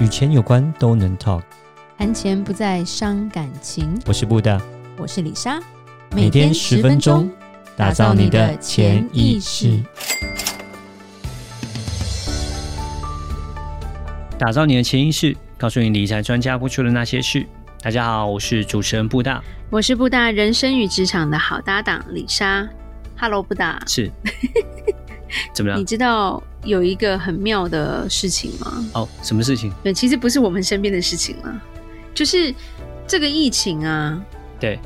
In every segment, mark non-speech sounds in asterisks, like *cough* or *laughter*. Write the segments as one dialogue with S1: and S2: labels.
S1: 与钱有关都能 talk。
S2: 谈钱不再伤感情。
S1: 我是布大，
S2: 我是李莎，
S1: 每天十分钟，打造你的潜意识，打造你的潜意识，告诉你理财专家不出的那些事。大家好，我是主持人布大，
S2: 我是布大人生与职场的好搭档李莎。Hello，布大，
S1: *laughs* 是啊怎么
S2: 你
S1: 样？
S2: 知道有一个很妙的事情吗？
S1: 哦，什么事情？
S2: 对，其实不是我们身边的事情啦，就是这个疫情啊，
S1: 对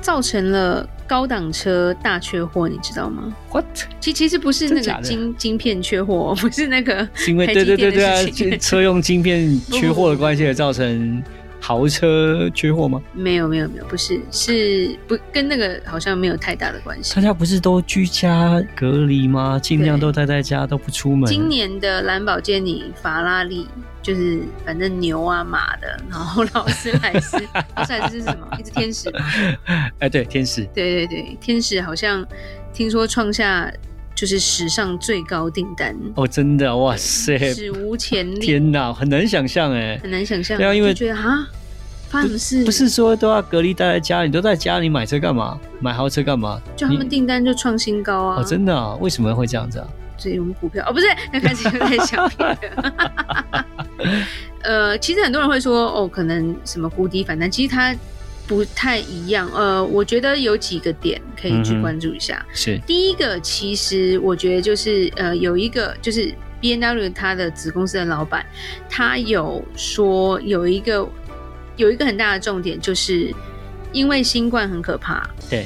S2: 造成了高档车大缺货，你知道吗？
S1: ，what？
S2: 其其实不是
S1: 真
S2: 那
S1: 假
S2: 个
S1: 的
S2: 晶晶片缺货， *laughs* 不是那个
S1: 是因为
S2: 台
S1: 对对
S2: 积
S1: 对
S2: 电
S1: 对啊
S2: 的事，情
S1: 这车用晶 *laughs* 片缺货的关系而造成豪车缺货吗？
S2: 没有没有没有，不是，是不跟那个好像没有太大的关系
S1: 大。家不是都居家隔离吗？尽量都待在家，都不出门。
S2: 今年的兰博基尼、法拉利，就是反正牛啊马的，然后劳斯
S1: *laughs*
S2: 莱斯，劳斯莱斯是什么？一只天使吗？
S1: *laughs* 哎，对，天使
S2: 对对对，天使好像听说创下就是史上最高订单，
S1: 哦，真的，哇塞，
S2: 史无前例，
S1: 天哪，很难想象哎。
S2: 很难想象。
S1: 对啊因为
S2: 就觉得啊，发生什么事？
S1: 不是，说都要隔离待在家里，都在家里买车干嘛？买豪车干嘛？
S2: 就他们
S1: 你
S2: 订单就创新高啊！
S1: 哦，真的啊，为什么会这样子啊？
S2: 所以我们股票哦，不是， *laughs* 那开始就在想别的。 *laughs* 呃，其实很多人会说哦，可能什么谷底反弹，其实它不太一样。呃，我觉得有几个点可以
S1: 嗯
S2: 去
S1: 哼
S2: 关注一下。
S1: 是
S2: 第一个，其实我觉得就是呃，有一个就是 B N W 它的子公司的老板，他有说有一个有一个很大的重点，就是因为新冠很可怕，
S1: 对，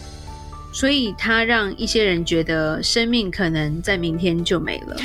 S2: 所以他让一些人觉得生命可能在明天就没了。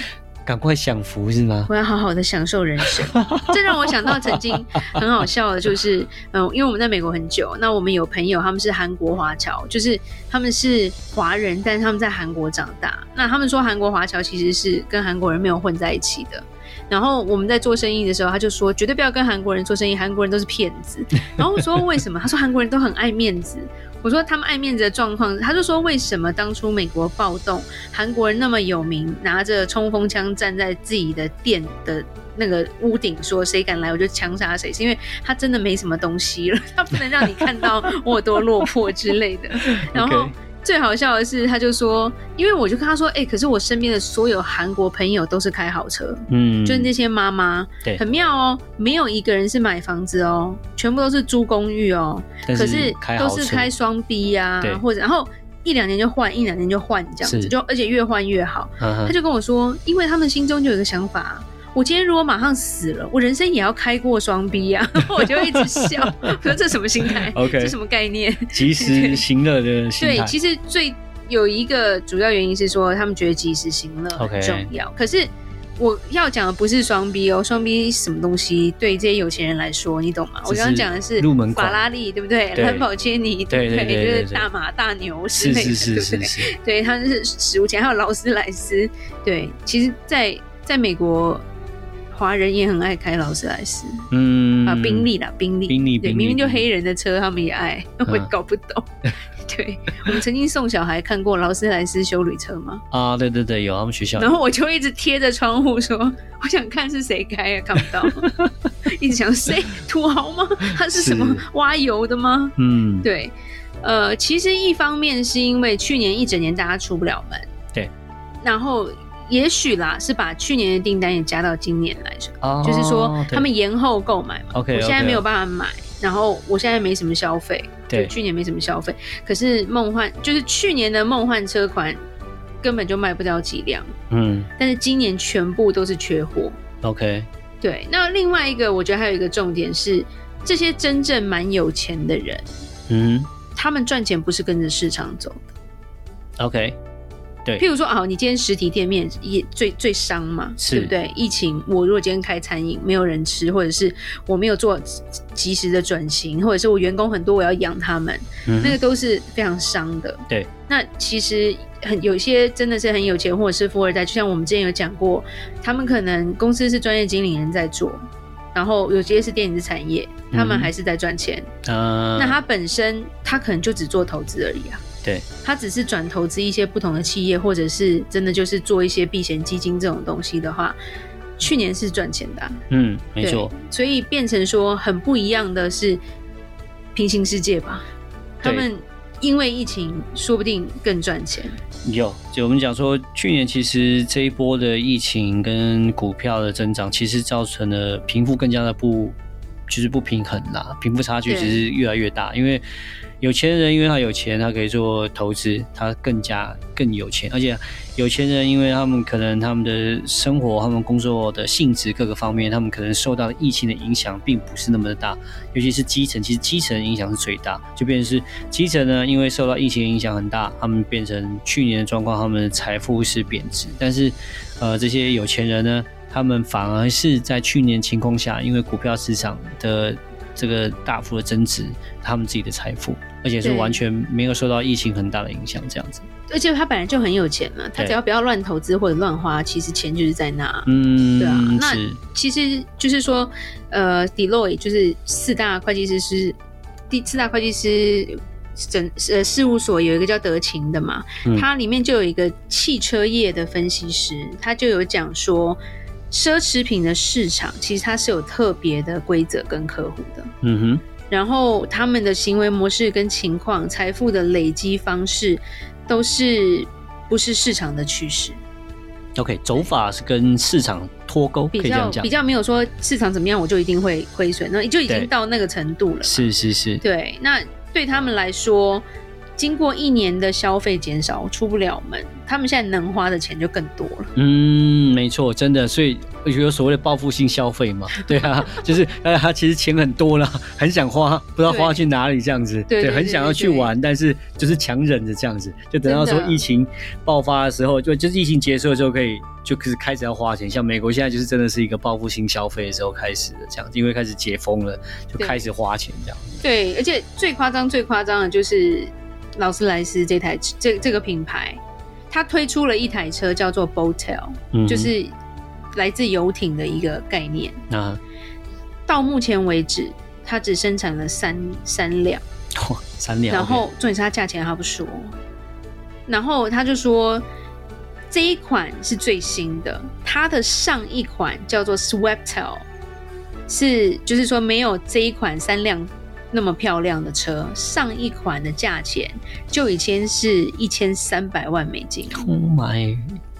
S1: 赶快享福是吗？
S2: 我要好好的享受人生。这让我想到曾经很好笑的，就是嗯、呃因为我们在美国很久，那我们有朋友他们是韩国华侨，就是他们是华人，但是他们在韩国长大。那他们说韩国华侨其实是跟韩国人没有混在一起的。然后我们在做生意的时候，他就说绝对不要跟韩国人做生意，韩国人都是骗子。然后我说为什么？他说韩国人都很爱面子。我说他们爱面子的状况，他就说为什么当初美国暴动，韩国人那么有名，拿着冲锋枪站在自己的店的那个屋顶说谁敢来我就枪杀谁，是因为他真的没什么东西了，他不能让你看到我有多落魄之类
S1: *laughs*
S2: 的。然后
S1: OK
S2: 最好笑的是，他就说，因为我就跟他说，哎、可是我身边的所有韩国朋友都是开豪车，
S1: 嗯，
S2: 就是那些妈妈，
S1: 对
S2: 很妙哦，没有一个人是买房子哦，全部都是租公寓哦，
S1: 但
S2: 可是
S1: 开
S2: 都
S1: 豪
S2: 是
S1: 车
S2: 开双 B 呀、
S1: 对
S2: 或者然后一两年就换，一两年就换这样
S1: 是
S2: 子，就而且越换越好。
S1: 嗯哼
S2: 他就跟我说，因为他们心中就有一个想法。啊我今天如果马上死了，我人生也要开过双 B 啊！ *laughs* 我就一直笑， *laughs* 我说这什么心态
S1: OK
S2: 这什么概念？
S1: 及时行乐的心态。
S2: 对，其实最有一个主要原因是说，他们觉得及时行乐
S1: OK
S2: 很重要。可是我要讲的不是双 B 哦，双 B 什么东西？对这些有钱人来说，你懂吗？
S1: 这是
S2: 我刚刚讲的是
S1: 入门款
S2: 法拉利，对不对？
S1: 对
S2: 兰博基尼，
S1: 对对
S2: 不
S1: 对对对
S2: 就是大马、大牛
S1: 是
S2: 之类的，
S1: 是是
S2: 对啊
S1: 是
S2: 不对？
S1: 是，
S2: 对，他们是史无前例还有劳斯莱斯。对，其实在，在美国，华人也很爱开劳斯莱斯。
S1: 嗯
S2: 啊，宾利啦，宾利，
S1: 宾利宾
S2: 对，
S1: 利
S2: 明明就
S1: 宾利
S2: 黑人的车，他们也爱，
S1: 嗯
S2: 我也搞不懂。 *laughs* 对我们曾经送小孩看过劳斯莱斯修旅车嘛，
S1: 啊，对对对，有他们学校
S2: 然后我就一直贴着窗户说， *laughs* 我想看是谁开啊，看
S1: *laughs*
S2: 不到，一直想谁土豪吗？他是什么
S1: 是
S2: 挖油的吗？
S1: 嗯，
S2: 对，呃，其实一方面是因为去年一整年大家出不了门，
S1: 对，
S2: 然后也许啦是把去年的订单也加到今年来，
S1: 哦
S2: 就是说
S1: 对
S2: 他们延后购买嘛。
S1: OK，
S2: 我现在
S1: OK
S2: 没有办法买，然后我现在没什么消费，
S1: 对
S2: 就去年没什么消费。可是梦幻就是去年的梦幻车款根本就卖不了几辆，
S1: 嗯
S2: 但是今年全部都是缺货。
S1: OK
S2: 对，那另外一个我觉得还有一个重点是，这些真正蛮有钱的人，
S1: 嗯
S2: 他们赚钱不是跟着市场走的。
S1: OK 对
S2: 譬如说，哦，你今天实体店面也最最伤嘛，
S1: 是
S2: 对不对？疫情，我如果今天开餐饮，没有人吃，或者是我没有做及时的转型，或者是我员工很多，我要养他们，
S1: 嗯
S2: 那个都是非常伤的。
S1: 对，
S2: 那其实很有些真的是很有钱，或者是富二代，就像我们之前有讲过，他们可能公司是专业经理人在做，然后有些是电子产业，他们
S1: 嗯
S2: 还是在赚钱。
S1: 啊
S2: 那他本身他可能就只做投资而已啊。
S1: 对，
S2: 他只是转投资一些不同的企业，或者是真的就是做一些避险基金这种东西的话，去年是赚钱的啊、
S1: 嗯，没
S2: 对
S1: 错，，
S2: 所以变成说很不一样的是平行世界吧，他
S1: 对
S2: 们因为疫情说不定更赚钱，
S1: 有，就我们讲说，去年其实这一波的疫情跟股票的增长，其实造成了贫富更加的不，就是不平衡啦，贫富差距
S2: 对
S1: 其实越来越大。因为有钱人因为他有钱，他可以做投资，他更加更有钱，而且有钱人因为他们可能他们的生活、他们工作的性质各个方面，他们可能受到的疫情的影响并不是那么的大，尤其是基层，其实基层影响是最大，就变成是基层呢，因为受到疫情影响很大，他们变成去年的状况，他们的财富是贬值，但是，呃，这些有钱人呢，他们反而是在去年情况下，因为股票市场的这个大幅的增值，他们自己的财富，而且是
S2: 对
S1: 完全没有受到疫情很大的影响，这样子，
S2: 而且他本来就很有钱了，他
S1: 对
S2: 只要不要乱投资或者乱花，其实钱就是在那。
S1: 嗯，
S2: 对啊那
S1: 是，
S2: 其实就是说，呃，Deloitte 就是四大会计师是第四大会计师整呃事务所有一个叫德勤的嘛，
S1: 嗯
S2: 它里面就有一个汽车业的分析师，他就有讲说，奢侈品的市场其实它是有特别的规则跟客户的。
S1: 嗯哼，
S2: 然后他们的行为模式跟情况、财富的累积方式，都是不是市场的趋势，
S1: OK，走法是跟市场脱钩，可
S2: 比
S1: 以这样
S2: 较
S1: 讲
S2: 比，较没有说市场怎么样我就一定会亏损，那就已
S1: 对
S2: 经到那个程度了嘛。
S1: 是是是，
S2: 对，那对他们来说，经过一年的消费减少，出不了门，他们现在能花的钱就更多了。
S1: 嗯，没错，真的，所以有所谓的报复性消费嘛， *laughs* 对啊，就是呃，他其实钱很多啦，很想花，不知道花去哪里这样子，
S2: 对对
S1: 很
S2: 对
S1: 想要
S2: 对
S1: 去
S2: 对
S1: 玩，但是就是强忍着这样子，就等到
S2: 真
S1: 说
S2: 的
S1: 疫情爆发的时候，就就是疫情结束的时候可以。就开始开始要花钱，像美国现在就是真的是一个报复性消费的时候开始的这样，因为开始解封了，就
S2: 对
S1: 开始花钱这样子。
S2: 对，而且最夸张、最夸张的就是劳斯莱斯这台这这个品牌，它推出了一台车叫做 Boatel，
S1: 嗯
S2: 就是来自游艇的一个概念。
S1: 啊，
S2: 到目前为止，它只生产了三三辆，
S1: 哇三两，
S2: 然后重点是它价钱它不说，然后他就说这一款是最新的，它的上一款叫做 Sweptel，是就是说没有这一款三辆那么漂亮的车，上一款的价钱就已经是一千三百万美金。
S1: Oh my，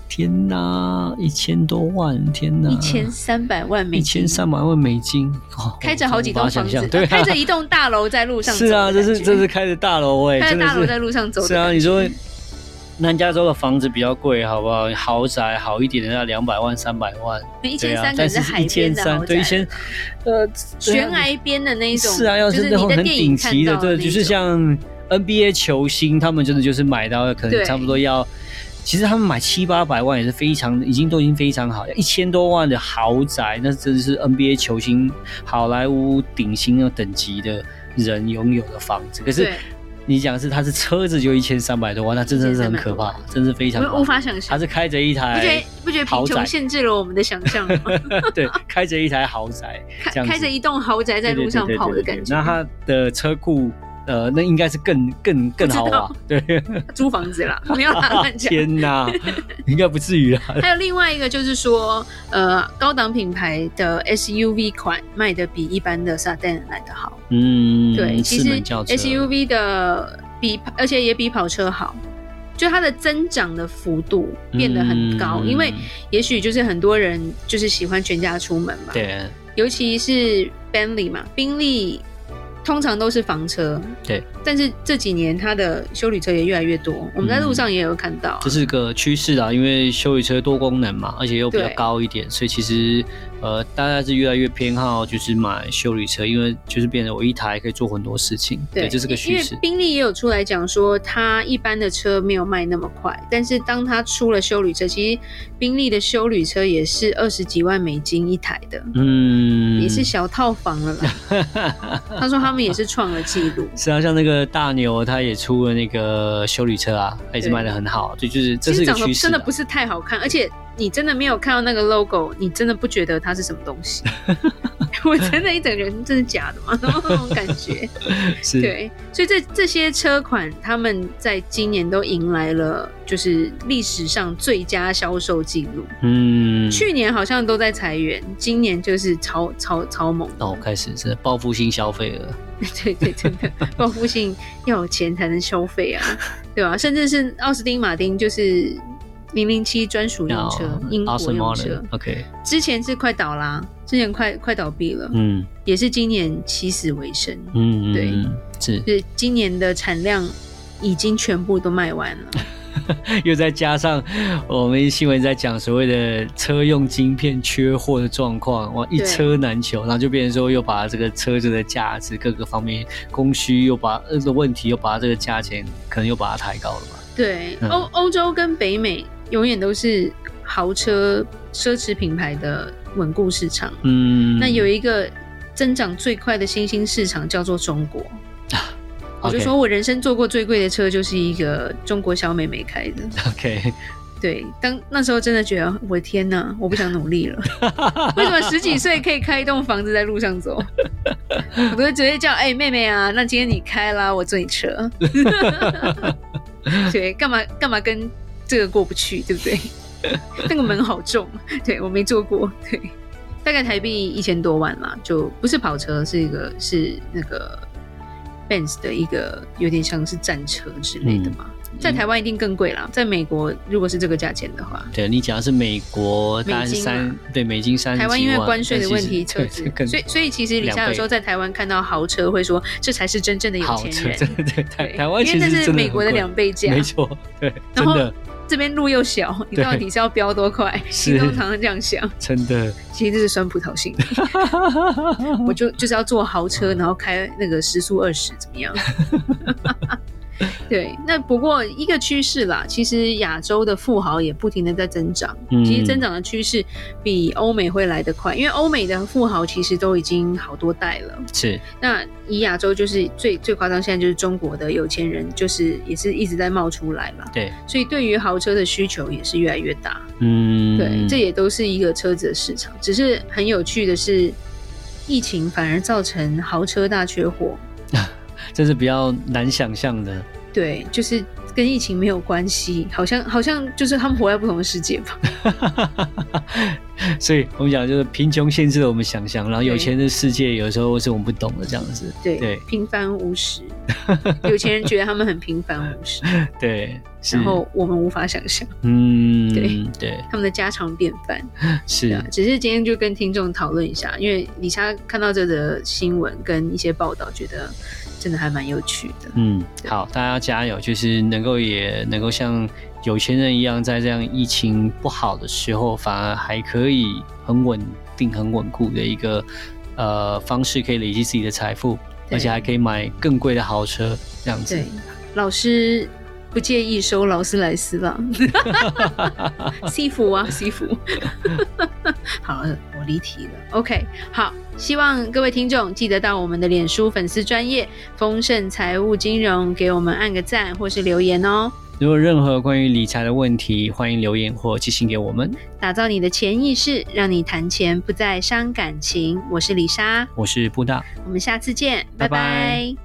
S1: 天哪，一千多万，天哪，
S2: 一千三百万美
S1: 一
S2: 金，
S1: 千三百万美金，哦
S2: *laughs* 开着好几栋房
S1: 我无法想
S2: 子， *laughs*
S1: 象对
S2: 呃
S1: 啊，
S2: 开着一栋大楼
S1: *laughs*
S2: 在路上走
S1: 是
S2: 的
S1: 啊，
S2: 感觉。
S1: 这是这是开着大楼哎、
S2: 开
S1: 真
S2: 着
S1: 的
S2: 大楼在
S1: 是
S2: 路上走的
S1: 是啊，
S2: 感
S1: 你说
S2: 觉
S1: 南加州的房子比较贵，好不好？豪宅好一点的要两百万、三百万，
S2: 一
S1: 对
S2: 千
S1: 啊
S2: 三，可能
S1: 但
S2: 是
S1: 是
S2: 海
S1: 一
S2: 边
S1: 千
S2: 的啊豪
S1: 三，
S2: 宅，
S1: 对一千，呃，对啊
S2: 悬崖边的那一种，
S1: 是啊，要
S2: 就
S1: 那
S2: 是是你
S1: 种
S2: 的
S1: 很
S2: 电影
S1: 顶
S2: 看
S1: 级的，
S2: 到
S1: 对，
S2: 那
S1: 就是
S2: 种
S1: 像 NBA 球星，他们真的就是买到可能
S2: 对
S1: 差不多要，其实他们买七八百万也是非常，已经都已经非常好，一千多万的豪宅，那真的是 NBA 球星、好莱坞顶薪那等级的人拥有的房子，可是
S2: 对。
S1: 你讲的是他是车子就一千三百多万，那真的是很可怕，真是非常可
S2: 我
S1: 怕
S2: 无法想
S1: 他
S2: 象，
S1: 是开着一
S2: 不觉
S1: 台
S2: 得，不觉得贫
S1: 豪宅
S2: 穷限制了我们的想
S1: *laughs*
S2: 象吗？
S1: 对，开着一台豪宅，这
S2: 开
S1: 样子
S2: 开着一栋豪宅在路上
S1: 对对对对
S2: 跑的
S1: 对对
S2: 感觉，
S1: 那他的车库，呃，那应该是更更更豪华。 *laughs* 对，
S2: 租房
S1: *laughs*
S2: 子啦，没有啦，啊乱讲。
S1: 天哪，应该不至于啊啦。
S2: 还有另外一个就是说，呃，高档品牌的 SUV 款卖的比一般的 sedan 来的好，
S1: 嗯，
S2: *laughs* 对，其
S1: 四
S2: 实
S1: 门轿车
S2: SUV 的比而且也比跑车好，就它的增长的幅度变得很高，
S1: 嗯
S2: 因为也许就是很多人就是喜欢全家出门嘛，，
S1: 对
S2: 尤其是 Bentley 嘛，宾利通常都是房车，
S1: 对，
S2: 但是这几年它的修理车也越来越多，我们在路上也有看到啊、
S1: 嗯这是个趋势啦，因为修理车多功能嘛，而且又比较
S2: 对
S1: 高一点，所以其实呃，大家是越来越偏好就是买修理车，因为就是变得我一台可以做很多事情，对，这是个
S2: 因因
S1: 趋
S2: 为
S1: 势。
S2: 宾利也有出来讲说，它一般的车没有卖那么快，但是当它出了修旅车，其实宾利的修旅车也是二十几万美金一台的，
S1: 嗯，
S2: 也是小套房了啦。
S1: *laughs*
S2: 他说他们也是创了纪录。
S1: 是啊，像那个大牛，他也出了那个修理车啊，他也是
S2: 对
S1: 卖的很好，对，就是这是
S2: 其实
S1: 一个
S2: 长得
S1: 趋势啊。
S2: 真的不是
S1: *laughs*
S2: 太好看，而且你真的没有看到那个 logo，你真的不觉得它是什么东西。我真的一整个人真的假的吗？那种感觉。
S1: 是，
S2: 对，所以这这些车款，他们在今年都迎来了就是历史上最佳销售记录。
S1: 嗯，
S2: 去年好像都在裁员，今年就是超超超猛。
S1: 那我哦开始真的报复性消费了。
S2: 对对，真的，报复性要有钱才能消费啊，对吧、甚至是奥斯汀马丁就是零零七专属用车，英国
S1: 哦 Aston
S2: 用车
S1: Martin，OK，
S2: 之前是快倒啦，之前快快倒闭了，
S1: 嗯
S2: 也是今年起死回生，
S1: 嗯，
S2: 对
S1: 嗯，是，
S2: 就是今年的产量已经全部都卖完
S1: *laughs*
S2: 了。
S1: 又再加上我们新闻在讲所谓的车用晶片缺货的状况，哇，一
S2: 对
S1: 车难求，然后就变成说又把这个车子的价值各个方面供需又把呃的问题又把这个价钱可能又把它抬高了嘛。
S2: 对，
S1: 嗯
S2: 欧欧洲跟北美永远都是豪车奢侈品牌的稳固市场。
S1: 嗯，
S2: 那有一个增长最快的新兴市场叫做中国。我就
S1: OK
S2: 说我人生坐过最贵的车就是一个中国小妹妹开的。
S1: OK，
S2: 对，当那时候真的觉得我的天哪，我不想努力了。 *laughs* 为什么十几岁可以开一栋房子在路上走？我都会直接叫哎、妹妹啊，那今天你开啦，我坐你车。对，干嘛干嘛跟这个过不去，对不对？那个门好重，对我没坐过，对，大概台币一千多万嘛，就不是跑车，是一个是那个 Benz 的一个有点像是战车之类的嘛，在台湾一定更贵啦，在美国如果是这个价钱的话，
S1: 对你讲的是美国，
S2: 美
S1: 大概是
S2: 金
S1: 三
S2: 嘛
S1: 对美金三十
S2: 台湾
S1: 几
S2: 因为
S1: 万
S2: 关税的
S1: 但
S2: 问
S1: 其实
S2: 题，车
S1: 对
S2: 子
S1: 这，更
S2: 所以所以其实李
S1: 两
S2: 莎有
S1: 倍
S2: 时候在台湾看到豪车，会说这才是真正的有
S1: 好
S2: 钱
S1: 车
S2: 人。
S1: 真的对台
S2: 对，
S1: 台湾
S2: 因
S1: 其
S2: 为
S1: 实
S2: 这
S1: 真
S2: 是
S1: 的
S2: 美
S1: 很
S2: 国的
S1: 贵
S2: 两倍价，
S1: 没错，对，真
S2: 然后
S1: 的
S2: 这边路又小，你
S1: 对
S2: 到底是要飙多快？心中
S1: 是
S2: 常常这样想，
S1: 真的，
S2: 其实这是酸葡萄心
S1: *laughs*
S2: 理。 *laughs* 我就就是要坐豪车，然后开那个时速二十，怎
S1: *laughs*
S2: 么样？对，那不过一个趋势啦，其实亚洲的富豪也不停的在增长，
S1: 嗯
S2: 其实增长的趋势比欧美会来得快，因为欧美的富豪其实都已经好多代了。
S1: 嗯是
S2: 那以亚洲就是最最夸张，现在就是中国的有钱人，就是也是一直在冒出来嘛，
S1: 对，
S2: 所以对于豪车的需求也是越来越大。
S1: 嗯，
S2: 对，这也都是一个车子的市场。只是很有趣的是，疫情反而造成豪车大缺货。
S1: 这是比较难想象的。 *laughs*
S2: 对，就是跟疫情没有关系，好像好像就是他们活在不同的世界吧。
S1: 所以我们讲就是贫穷限制了我们想象，然后有
S2: 对
S1: 钱的世界有时候是我们不懂的这样子。
S2: 对，
S1: *laughs* 对
S2: 平凡无实，有钱人觉得他们很平凡无实，
S1: 对， *laughs* 是
S2: 然后我们无法想象
S1: 嗯，
S2: 对
S1: 对
S2: 他们的家常便饭。对
S1: 是
S2: 啊，只是今天就跟听众讨论一下，因为李莎看到这则新闻跟一些报道，觉得真的还蛮有趣的。
S1: 嗯，好，大家加油，就是能够也能够像有钱人一样，在这样疫情不好的时候，反而还可以很稳定、很稳固的一个呃方式，可以累积自己的财富，
S2: 对
S1: 而且还可以买更贵的豪车，这样子
S2: 对。，老师不介意收劳斯莱斯 *laughs* 吧？西服啊，西服。 *laughs* 好了，我离题了。OK，好，希望各位听众记得到我们的脸书粉丝专业丰盛财务金融，给我们按个赞或是留言哦。
S1: *laughs* 如果有任何关于理财的问题，欢迎留言或寄信给我们。
S2: 打造你的潜意识，让你谈钱不再伤感情。我是李莎，
S1: 我是布大。
S2: 我们下次见，
S1: 拜
S2: 拜拜
S1: 拜